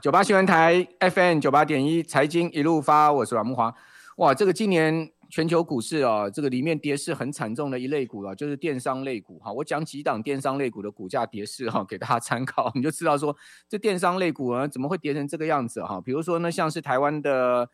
九八新闻台 FM 九八点一财经一路发，我是阮木华。哇，这个今年全球股市啊，这个里面跌势很惨重的一类股啊，就是电商类股哈。我讲几档电商类股的股价跌势哈， 给大家参考，你就知道说这电商类股啊怎么会跌成这个样子哈。比如说呢，像是台湾的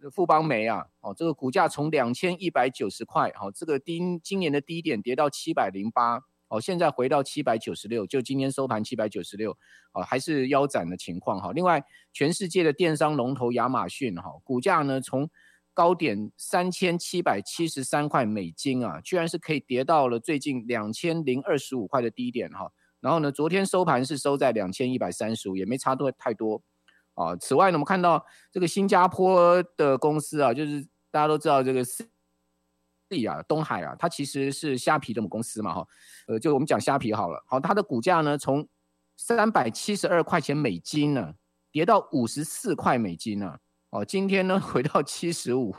呃富邦煤啊，哦这个股价从两千一百九十块，哦这个今今年的低点跌到七百零八。哦，现在回到七百九十六，就今天收盘七百九十六，哦，还是腰斩的情况哈。另外，全世界的电商龙头亚马逊哈、哦，股价呢从高点三千七百七十三块美金啊，居然是可以跌到了最近两千零二十五块的低点哈、哦。然后呢，昨天收盘是收在两千一百三十五，也没差多太多啊、哦。此外呢，我们看到这个新加坡的公司啊，就是大家都知道这个。地啊，东海啊，它其实是虾皮的母公司嘛，哈，呃，就我们讲虾皮好了，好，它的股价呢从三百七十二块钱美金呢、啊，跌到五十四块美金呢、啊，哦，今天呢 回到七十五，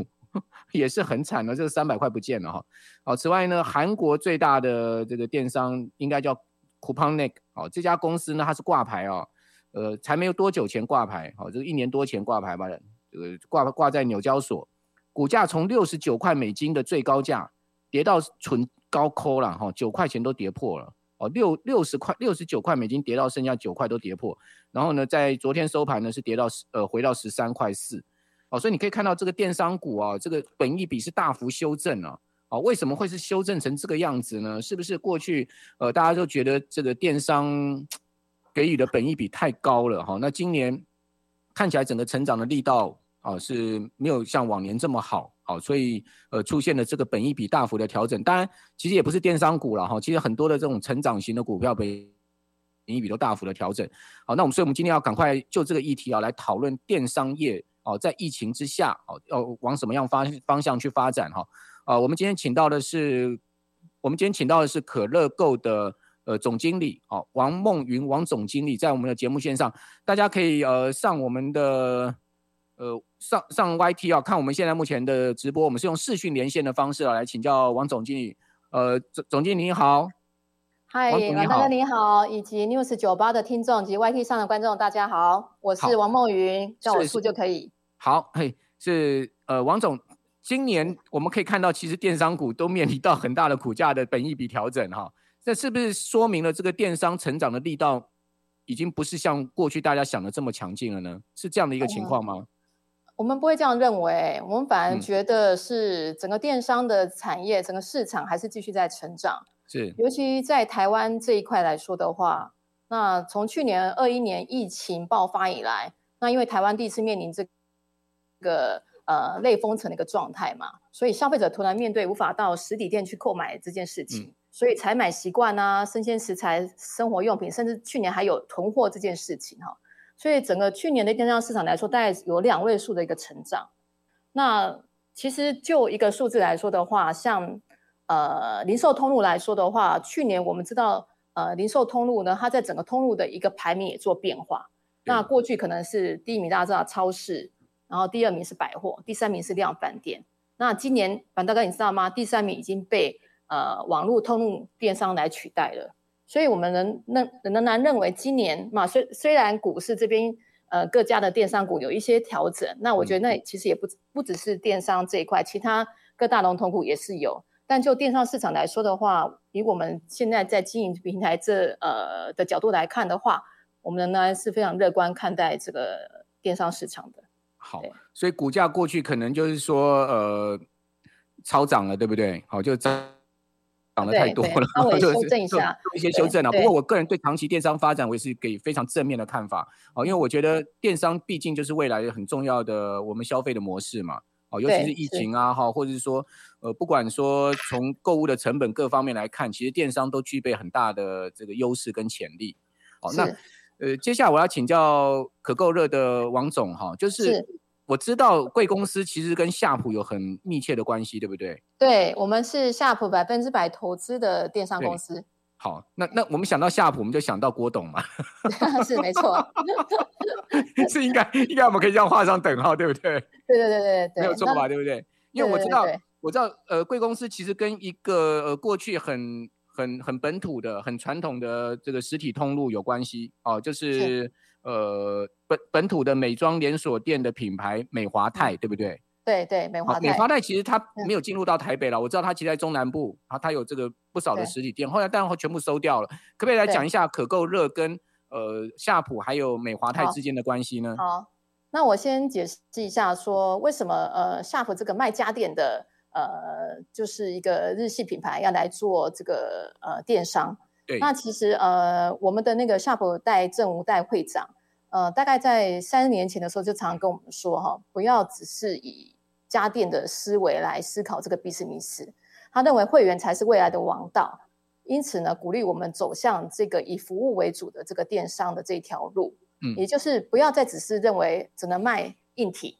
也是很惨的，这三百块不见了哈，哦，此外呢，韩国最大的这个电商应该叫 Couponek，哦，这家公司呢它是挂牌哦，呃，才没有多久前挂牌，哦，这个一年多前挂牌吧，这个挂挂在纽交所。股价从六十九块美金的最高价跌到纯高抠了哈，九块钱都跌破了哦，六六十块六十九块美金跌到剩下九块都跌破，然后呢，在昨天收盘呢是跌到十呃回到十三块四哦，所以你可以看到这个电商股啊，这个本益比是大幅修正啊。哦，为什么会是修正成这个样子呢？是不是过去呃大家都觉得这个电商给予的本益比太高了哈、哦？那今年看起来整个成长的力道。哦，是没有像往年这么好，好、哦，所以呃出现了这个本益比大幅的调整。当然，其实也不是电商股了哈、哦，其实很多的这种成长型的股票本益比都大幅的调整。好、哦，那我们所以我们今天要赶快就这个议题啊来讨论电商业哦，在疫情之下哦要往什么样方方向去发展哈？啊、呃，我们今天请到的是，我们今天请到的是可乐购的。呃，总经理哦，王梦云，王总经理在我们的节目线上，大家可以呃上我们的。呃，上上 YT 啊，看我们现在目前的直播，我们是用视讯连线的方式啊，来请教王总经理。呃，总总经理你好，嗨，王大哥你好，以及 News 九八的听众及 YT 上的观众，大家好，我是王梦云，叫我素就可以。好，嘿，是呃，王总，今年我们可以看到，其实电商股都面临到很大的股价的本益比调整哈、哦，这是不是说明了这个电商成长的力道已经不是像过去大家想的这么强劲了呢？是这样的一个情况吗？嗯我们不会这样认为，我们反而觉得是整个电商的产业、嗯、整个市场还是继续在成长。是，尤其在台湾这一块来说的话，那从去年二一年疫情爆发以来，那因为台湾第一次面临这个呃类封城的一个状态嘛，所以消费者突然面对无法到实体店去购买这件事情，嗯、所以采买习惯啊、生鲜食材、生活用品，甚至去年还有囤货这件事情哈、哦。所以整个去年的电商市场来说，大概有两位数的一个成长。那其实就一个数字来说的话，像呃零售通路来说的话，去年我们知道呃零售通路呢，它在整个通路的一个排名也做变化。嗯那过去可能是第一名大家知道超市，然后第二名是百货，第三名是量贩店。那今年反大哥你知道吗？第三名已经被呃网络通路电商来取代了。所以，我们仍仍仍然认为，今年嘛，虽虽然股市这边呃各家的电商股有一些调整，那我觉得那其实也不不只是电商这一块，其他各大龙头股也是有。但就电商市场来说的话，以我们现在在经营平台这呃的角度来看的话，我们仍然是非常乐观看待这个电商市场的。好，所以股价过去可能就是说呃超涨了，对不对？好，就涨。涨得太多了，那我修正一下，做一些修正啊。不过我个人对长期电商发展，我也是给非常正面的看法哦，因为我觉得电商毕竟就是未来很重要的我们消费的模式嘛，哦，尤其是疫情啊哈，或者是说呃，不管说从购物的成本各方面来看，其实电商都具备很大的这个优势跟潜力。哦，那呃，接下来我要请教可购热的王总哈、哦，就是。是我知道贵公司其实跟夏普有很密切的关系，对不对？对，我们是夏普百分之百投资的电商公司。好，那那我们想到夏普，我们就想到郭董嘛。 是没错，是应该应该我们可以这样画上等号，对不对？对对对对对，没有错吧？对不对？因为我知道，对对对我知道，呃，贵公司其实跟一个呃过去很很很本土的、很传统的这个实体通路有关系哦、呃，就是。呃本本土的美妆连锁店的品牌美华泰，对不对？对对，美啊华好，美泰华泰其实它嗯没有进入到台北了，我知道它其实在中南部，然后它有这个不少的对实体店，后来但全部收掉了。可不可以来对讲一下可购热跟呃夏普还有美华泰好之间的关系呢？好，那我先解释一下，说为什么呃夏普这个卖家电的呃就是一个日系品牌要来做这个呃电商。对那其实呃我们的那个夏普戴正无戴会长，呃大概在三年前的时候就常跟我们说哈、不要只是以家电的思维来思考这个 business，他认为会员才是未来的王道。因此呢，鼓励我们走向这个以服务为主的这个电商的这条路。也就是不要再只是认为只能卖硬体，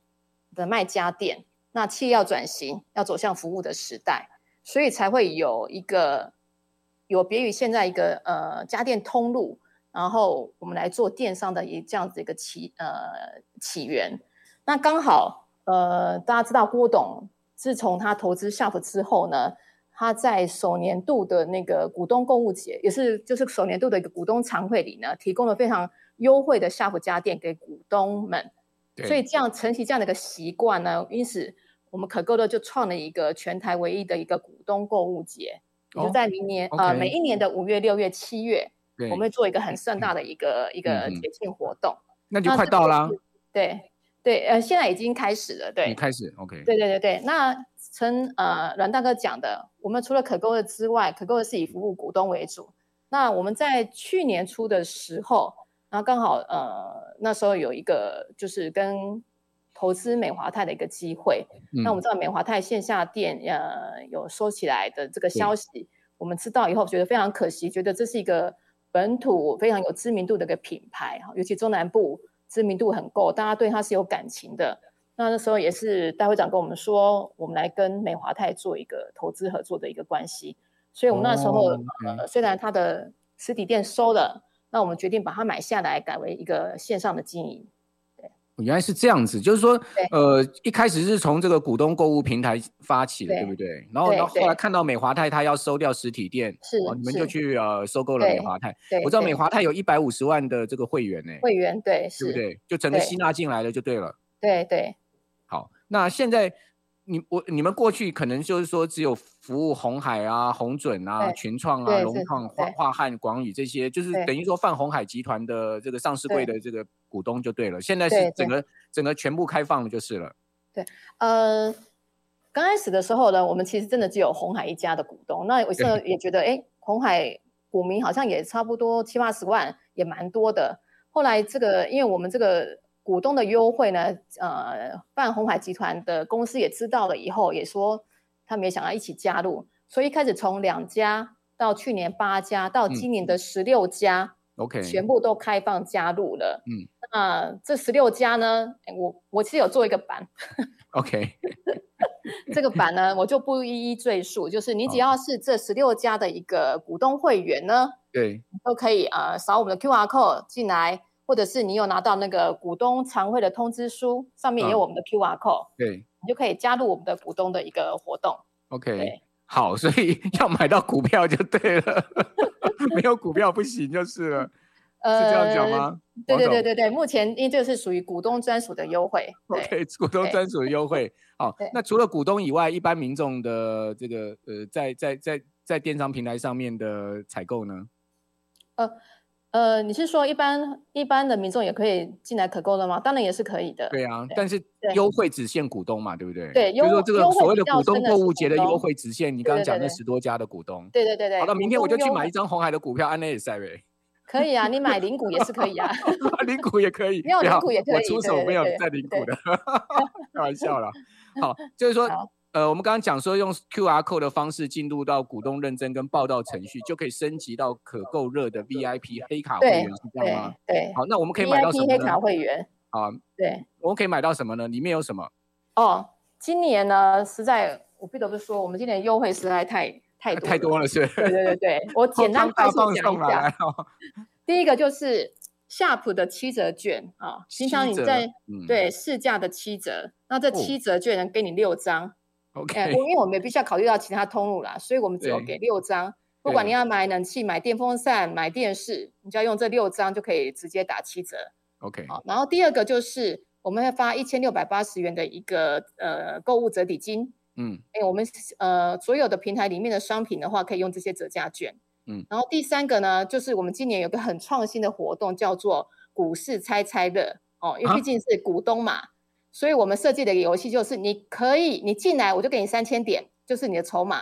只能卖家电。那企业要转型，要走向服务的时代，所以才会有一个有别于现在一个呃家电通路，然后我们来做电商的一这样子一个起呃起源。那刚好呃大家知道郭董自从他投资夏普之后呢，他在首年度的那个股东购物节，也是就是首年度的一个股东常会里呢，提供了非常优惠的夏普家电给股东们。对所以这样承袭这样的一个习惯呢，因此我们可购乐就创了一个全台唯一的一个股东购物节，也哦就在明年、呃 OK 每一年的五月、六月、七月，对我们会做一个很盛大的一个、一个嗯嗯节庆活动。那就那快这到个啦嗯是，对对，呃，现在已经开始了，对你，开始 OK。对对对对，那陈呃阮大哥讲的，我们除了可购的之外，可购的是以服务股东为主。那我们在去年初的时候，然后刚好呃那时候有一个就是跟投资美华泰的一个机会，嗯那我们知道美华泰线下店呃有收起来的这个消息，我们知道以后觉得非常可惜，觉得这是一个本土非常有知名度的一个品牌哈，尤其中南部知名度很够，大家对它是有感情的。那那时候也是大会长跟我们说，我们来跟美华泰做一个投资合作的一个关系，所以我们那时候、哦，OK 呃虽然它的实体店收了，那我们决定把它买下来，改为一个线上的经营。原来是这样子，就是说对，呃，一开始是从这个股东购物平台发起的，对对不对？然后，对然后对后来看到美华泰它要收掉实体店，是哦，你们就是去呃收购了美对华泰。对，我知道对美华泰有一百五十万的这个会员呢、会员对对是，不对？就整个对吸纳进来了，就对了。对对好，那现在你我你们过去可能就是说只有服务红海啊、红准啊、对群创啊、对融是创、华对华汉、广宇这些，就是对等于说泛红海集团的这个上市柜对的这个股东就对了。现在是对整对个整个全部开放了，就是了。呃，刚开始的时候呢，我们其实真的只有红海一家的股东。那我现在也觉得，哎，红海股民好像也差不多七八十万，也蛮多的。后来这个，因为我们这个股东的优惠呢，呃，办红海集团的公司也知道了以后，也说他们也想要一起加入，所以一开始从两家到去年八家，到今年的十六家。 OK，全部都开放加入了。嗯，那这十六家呢，诶我我其实有做一个版， OK， 这个版呢我就不一一赘述，就是你只好要是这十六家的一个股东会员呢，对，你都可以呃扫我们的 QR code 进来，或者是你有拿到那个股东常会的通知书，上面也嗯有我们的 QR code，、对你就可以加入我们的股东的一个活动。 ，OK，对好，所以 要买到股票就对了， 没有股票不行就是了，呃，是这样讲？吗？对王对对总对对，目前因为这个是属于股东专属的优惠，对。 OK，股东对专属的优 惠。好对，那除了股东以外，一般民众的这个呃，在在在在电商平台上面的采购呢？呃，你是说一般一般的民众也可以进来可购的吗？当然也是可以的。对啊，但是对优惠只限股东嘛，对不对？对就是优说这个优惠所谓比的较股东深的购是物股节的优东惠只限你对刚刚对讲对那对十多家的股东。对对对对。好的，股明天我就东去优买惠一张红海的股票，安内也塞呗，可以啊，你买零股也是可以啊。零股也可以。没有对零啊股也可我以出对手对没有对在零股对的， 开玩笑啦。好，就是说好，呃，我们刚刚讲说用 QR code 的方式进入到股东认证跟报到程序，就可以升级到可购热的 VIP 黑卡会对员，是 这样吗对？对好，那我们可以买到什，VIP 么黑呢卡？会员。啊，对我们可以买到什么呢？里面有什么？哦，今年呢，实在我不得不说，我们今年优惠实在太太多啊太多了。了是不对是？对对对， 我 简单康快大速放讲送一了下来。哦，第一个就是夏普的七折券啊，平常七你折在嗯对市价的七折，那这哦七折券能给你六张。哎， OK 我因为我们也必须要考虑到其他通路啦，所以我们只有对给六张。不管对你要买冷气、买电风扇、买电视，你就要用这六张就可以直接打七折。 OK，好，然后第二个就是我们会发一千六百八十元的一个呃购物折抵金。嗯哎，我们呃所有的平台里面的商品的话，可以用这些折价券。嗯，然后第三个呢，就是我们今年有个很创新的活动，叫做股市猜猜乐哦，因为啊毕竟是股东嘛，所以我们设计的游戏就是你可以你进来我就给你三千点，就是你的筹码，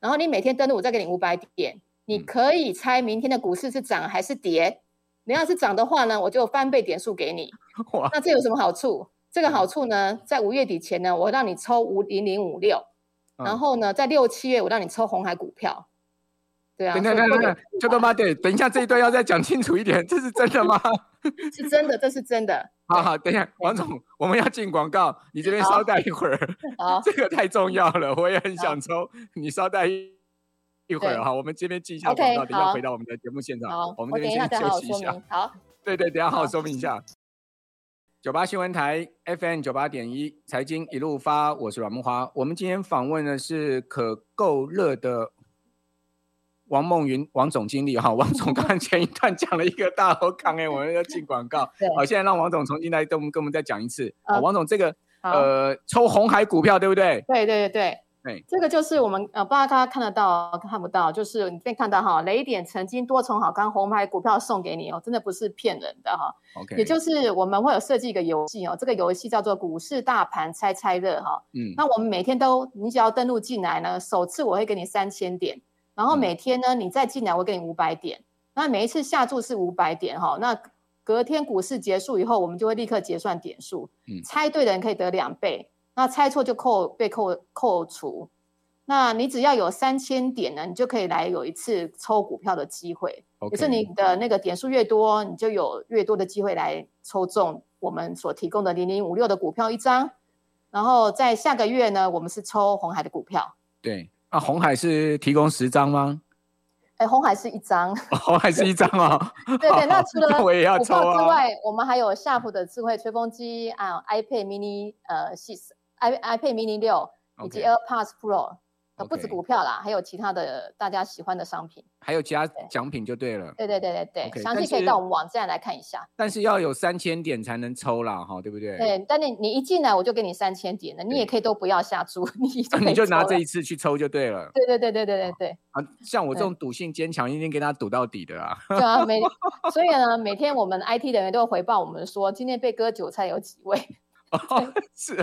然后你每天登录我再给你五百点，你嗯可以猜明天的股市是涨还是跌。你要是涨的话呢，我就翻倍点数给你。哇，那这有什么好处？这个好处呢，在五月底前呢，我让你抽五零零五六，嗯然后呢，在六七月我让你抽红海股票。对啊，等所等等以各等位等，这个妈对，等一下这一段要再讲清楚一点，这是真的吗？是真的，这是真的。 好好，等一下，王总，我们要进广告，你这边稍好待一会儿， 好，这个太重要了，我也很想抽，你稍待一一会儿对哈，我们这边进一下 OK，广告，等一下好回到我们的节目现场好，，我们我这边等一下先再休好好息一说下。明。好，对对，等一下好好好说明一下。九八新闻台 FM 九八点一财经一路发，我是阮木花。我们今天访问的是可购乐的王梦云王总经理哈，王 总刚刚前一段讲了一个大后康 哎，我们要进广告，对好，现在让王总重新来跟我们跟我们再讲一次。好，啊王总这个好，呃哎抽红海股票对不对？对对对对对，这个就是我们呃，不知道大家看得到看不到，就是你可以看到哈，雷点曾经多重好康红海股票送给你哦，真的不是骗人的哈。 OK，也就是我们会有设计一个游戏哦，这个游戏叫做股市大盘猜猜乐哈、嗯那我们每天都，你只要登录进来呢，首次我会给你三千点，嗯然后每天呢，你再进来我给你五百点，那每一次下注是五百点哈、那隔天股市结束以后，我们就会立刻结算点数，嗯猜对的人可以得两倍，那猜错就扣被扣扣除。那你只要有三千点呢，你就可以来有一次抽股票的机会。 ，OK，可是你的那个点数越多，你就有越多的机会来抽中我们所提供的零零五六的股票一张。然后在下个月呢，我们是抽红海的股票，对啊，红海是提供十张吗？ 哎，红海是一张，红海是一张哦。对 对。那除了那我也要股抽票之啊。外，我们还有夏普的智慧吹风机啊，iPad mini 呃6 i iPad mini 六以及 OK AirPods Pro，呃不止 OK 股票啦，还有其他的大家喜欢的商品。还有其他奖品就对了。对对对对 OK，对，详但细可以是到我们网站来看一下。但是要有三千点才能抽啦，哈，对不对？ 对，但你你一进来我就给你三千点了，你也可以都不要下注， 你就啊，可你以就拿抽这了一。次去抽就对了。对对对对对对啊，像我这对种赌性坚强，一定跟他赌到底的啊。对，对啊， 每所以呢，每天我们 IT 人员都会回报我们说，今天被割韭菜有几位？ 哦， 是。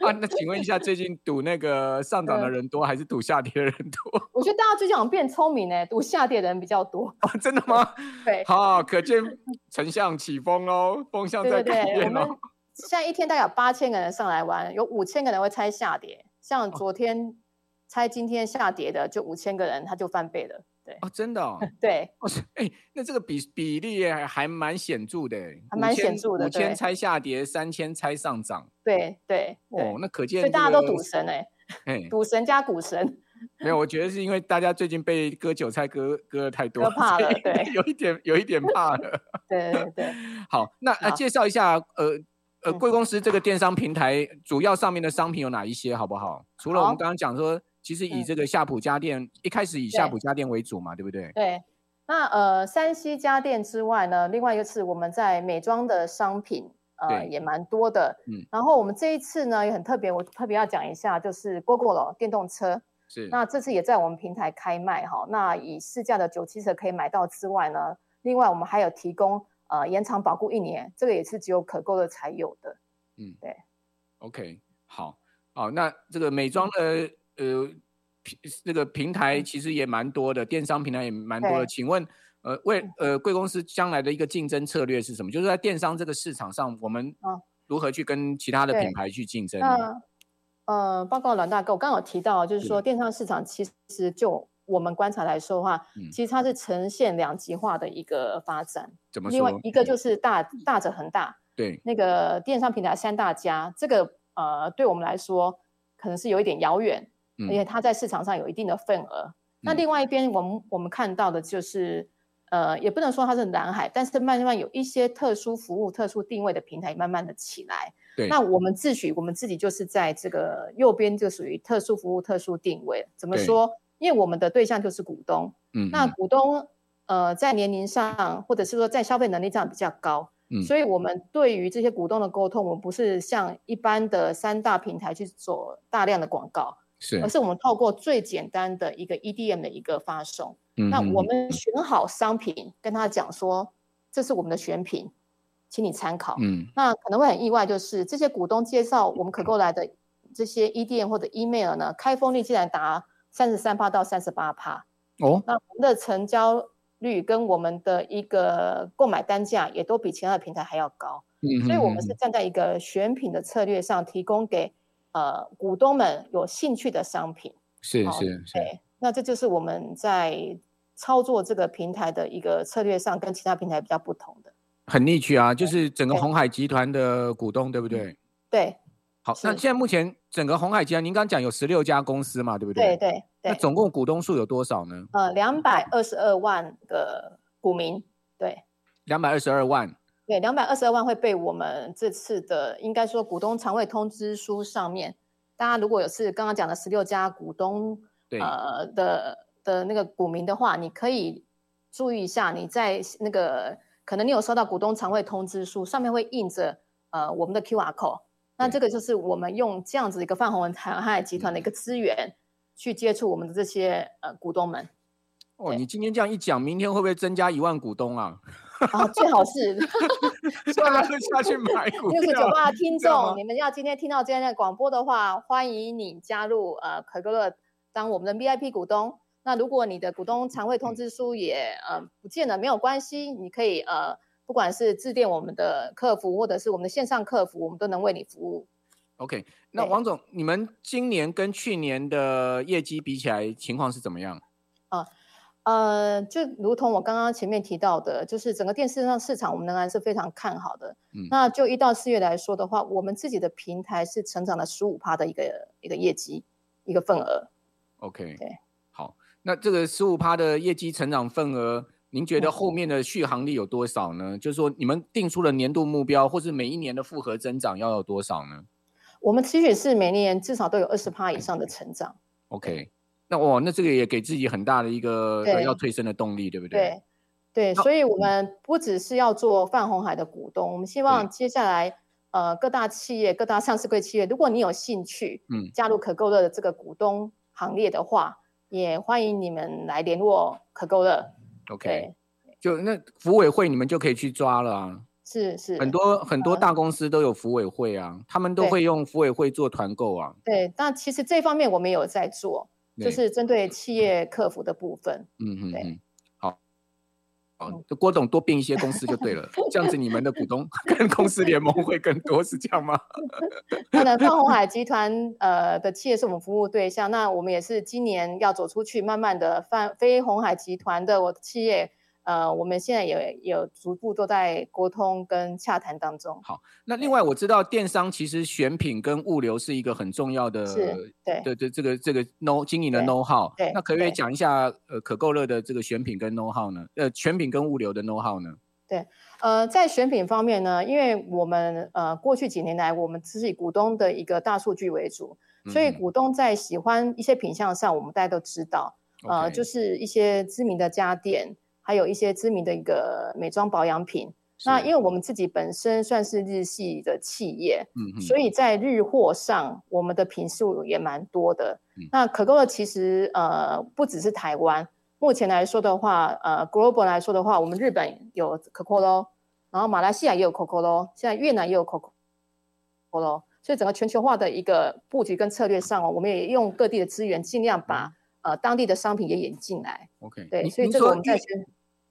啊，那请问一下，最近赌那个上涨的嗯人多，还是赌下跌的人多？ 我觉得大家最近好像变聪明呢，读下跌的人比较多。哦，真的吗？对好，可见丞相起风喽，风向对在对改对，我变们喽。现在一天大概有八千个人上来玩，有五千个人会猜下跌，哦像昨天猜今天下跌的就五千个人，他就翻倍了。对哦，真的 哦，对哦，是哎，那这个比比例还还蛮显著的哎，还蛮显著的五千对猜下跌，三千猜上涨，对对哦对，，那可见所以大家这都个赌 神哎，哎，赌神加股神。 没有，我觉得是因为大家最近被割韭菜割割的太多，割怕所以了对 有一点有一 点怕了。对对对，好，那呃，好介绍一下呃呃嗯贵公司这个电商平台主要上面的商品有哪一些，好不好？除了我们好刚刚讲说，其实以嗯这个夏普家电一开始以夏普家电为主嘛，对不对？对，那呃，山西家电之外呢，另外一个是我们在美妆的商品，呃，对也蛮多的。嗯然后我们这一次呢也很特别，我特别要讲一下，就是 GoGo 电动车，是，那这次也在我们平台开卖哈。那以市价的九七折可以买到之外呢，另外我们还有提供呃延长保固一年，这个也是只有可购的才有的。嗯，对，OK，好，哦，那这个美妆的呃平那个平台其实也蛮多的，电商平台也蛮多的。嗯对嗯请问，呃，为呃贵公司将来的一个竞争策略是什么？就是在电商这个市场上，我们嗯如何去跟其他的品对牌去竞争呢？那呃，报告阮大哥，我刚刚有提到，就是说是电商市场其实就我们观察来说的话，嗯其实它是呈现两极化的一个发展。怎么另外说？一个就是大大者恒大，对，那个电商平台三大家，这个呃对我们来说可能是有一点遥远，嗯而且它在市场上有一定的份额。那嗯另外一边，我们我们看到的就是。呃，也不能说它是蓝海，但是慢慢有一些特殊服务、特殊定位的平台慢慢的起来。对，那我们自诩我们自己就是在这个右边就属于特殊服务、特殊定位。怎么对说？因为我们的对象就是股东，嗯，那嗯股东呃在年龄上，或者是说在消费能力上比较高。嗯所以我们对于这些股东的沟通，我们不是像一般的三大平台去做大量的广告，是而，是我们透过最简单的一个 EDM 的一个发送。嗯那哼我们选好商品，跟他讲说这是我们的选品，请你参考。嗯那可能会很意外，就是这些股东介绍我们可购来的这些 EDM 或者 email 呢，开封率竟然达三十三趴到三十八趴。哦那我们的成交率跟我们的一个购买单价也都比其他的平台还要高，嗯哼，所以我们是嗯站在一个选品的策略上，提供给呃股东们有兴趣的商品。是哦是是，对，那这就是我们在操作这个平台的一个策略上跟其他平台比较不同的。很逆区啊，就是整个对红海集团的股东，对不对？对，好，那是现在目前整个红海集团，您刚刚讲有十六家公司嘛，对不对对，对，那对，总共股东数有多少呢？呃，两百二十二万个股民，对。两百二十二万。对，两百二十二万会被我们这次的应该说股东常会通知书上面，大家如果有是刚刚讲的十六家股东对，呃的的那个股民的话，你可以注意一下，你在那个可能你有收到股东常会通知书，上面会印着呃我们的 QR code，那对嗯这个就是我们用这样子一个泛红台海集团的一个资源去接触我们的这些呃股东们，哦，对你今天这样一讲，明天会不会增加一万股东 啊？然后最好是大家就下去买股六十九票。八的听这样吗众，你们要今天听到今天的广播的话，欢迎你加入呃可口可乐当我们的 VIP 股东。那如果你的股东常会通知书也呃不见了，没有关系，你可以呃不管是致电我们的客服或者是我们的线上客服，我们都能为你服务。 OK，那对王总，你们今年跟去年的业绩比起来，情况是怎么样？呃，就如同我刚刚前面提到的，就是整个电视上市场，我们仍然是非常看好的。嗯那就一到四月来说的话，我们自己的平台是成长了十五趴的一个一个业绩一个份额。 OK，对好，那这个十五趴的业绩成长份额，您觉嗯得后面的续航力有多少呢？就是说，你们定出了年度目标，或是每一年的复合增长要有多少呢我们期许是每年至少都有二十趴以上的成长。 ？OK，那哇，那这个也给自己很大的一个呃对要推升的动力，对不对？嗯对对，那所以我们不只是要做泛红海的股东，我们希望接下来呃各大企业、各大上市贵企业，如果你有兴趣，嗯加入可购乐的这个股东行列的话，也欢迎你们来联络可购乐。 ，OK，对，就那服委会你们就可以去抓了啊。是是很。多很多嗯大公司都有服委会啊，他们都对会用服委会做团购啊。对，那其实这方面我们也有在做，就对是针对企业客服的部分。嗯嗯对嗯，好，好嗯，就郭总多并一些公司就对 了，这样子你们的股东 跟公司联盟会更多，是这样吗？ 当然，泛红海集团呃的企业是我们服务对象，那我们也是今年要走出去，慢慢的泛非红海集团的我企业，呃，我们现在也也有逐步都在沟通跟洽谈当中。那另外我知道电商其实选品跟物流是一个很重要的，是对对对，这个这个 know 经营的对 know how，对那可不可以对讲一下呃可购乐的这个选品跟 know how 呢？呃，选品跟物流的 know how 呢？呃，在选品方面呢，因为我们呃过去几年来，我们自己股东的一个大数据为主，所以嗯股东在喜欢一些品项上，我们大家都知道，呃， OK 就是一些知名的家电，还有一些知名的一个美妆保养品。那是因为我们自己本身算是日系的企业，嗯嗯所以在日货上，我们的品数也蛮多的。嗯那可购乐其实呃不只是台湾，目前来说的话，呃，global 来说的话，我们日本有可可咯，然后马来西亚也有可可咯，现在越南也有可可咯，所以整个全球化的一个布局跟策略上哦，我们也用各地的资源，尽量把、呃当地的商品也引进来。 OK，对，嗯您所以您这个说我们在越宣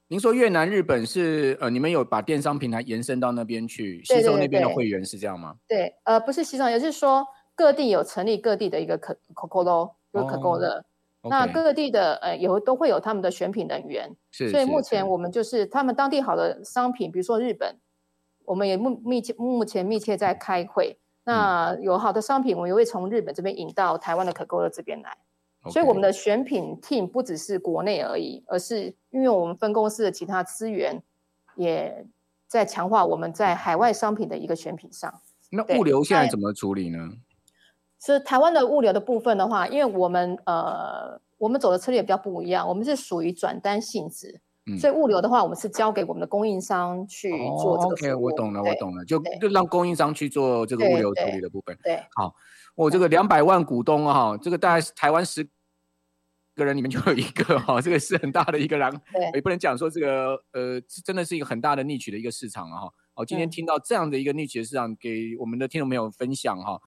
您说越南、日本是呃，你们有把电商平台延伸到那边去，吸对收对那边的对会员是这样吗？对，呃，不是西藏，也是说各地有成立各地的一个可可可咯，就是可哦可乐。那 OK，各地的呃也会都会有他们的选品人员，是，所以是目是前我们就是他们当地好的商品，比如说日本，我们也目密切目前密切在开会。嗯那有好的商品，我们也会从日本这边引到台湾的可购乐这边来。所以 OK 我们的选品 team 不只是国内而已，而是运用我们分公司的其他资源，也在强化我们在海外商品的一个选品上。那对物流现那在怎么处理呢？是台湾的物流的部分的话，因为我们呃，我们走的策略比较不一样，我们是属于转单性质，嗯所以物流的话，我们是交给我们的供应商去做这个服务。哦 OK，我懂了，我对。懂了，就对就让供应商去做这个对物流处对理的部分。对，我、这个两百万股东啊哈，这个大概是台湾十个人里面就有一个哈、这个是很大的一个然对也不能讲说这个呃，是真的是一个很大的 niche 的一个市场了、哈。哦，今天嗯听到这样的一个 niche 的市场，给我们的听众朋友分享哈、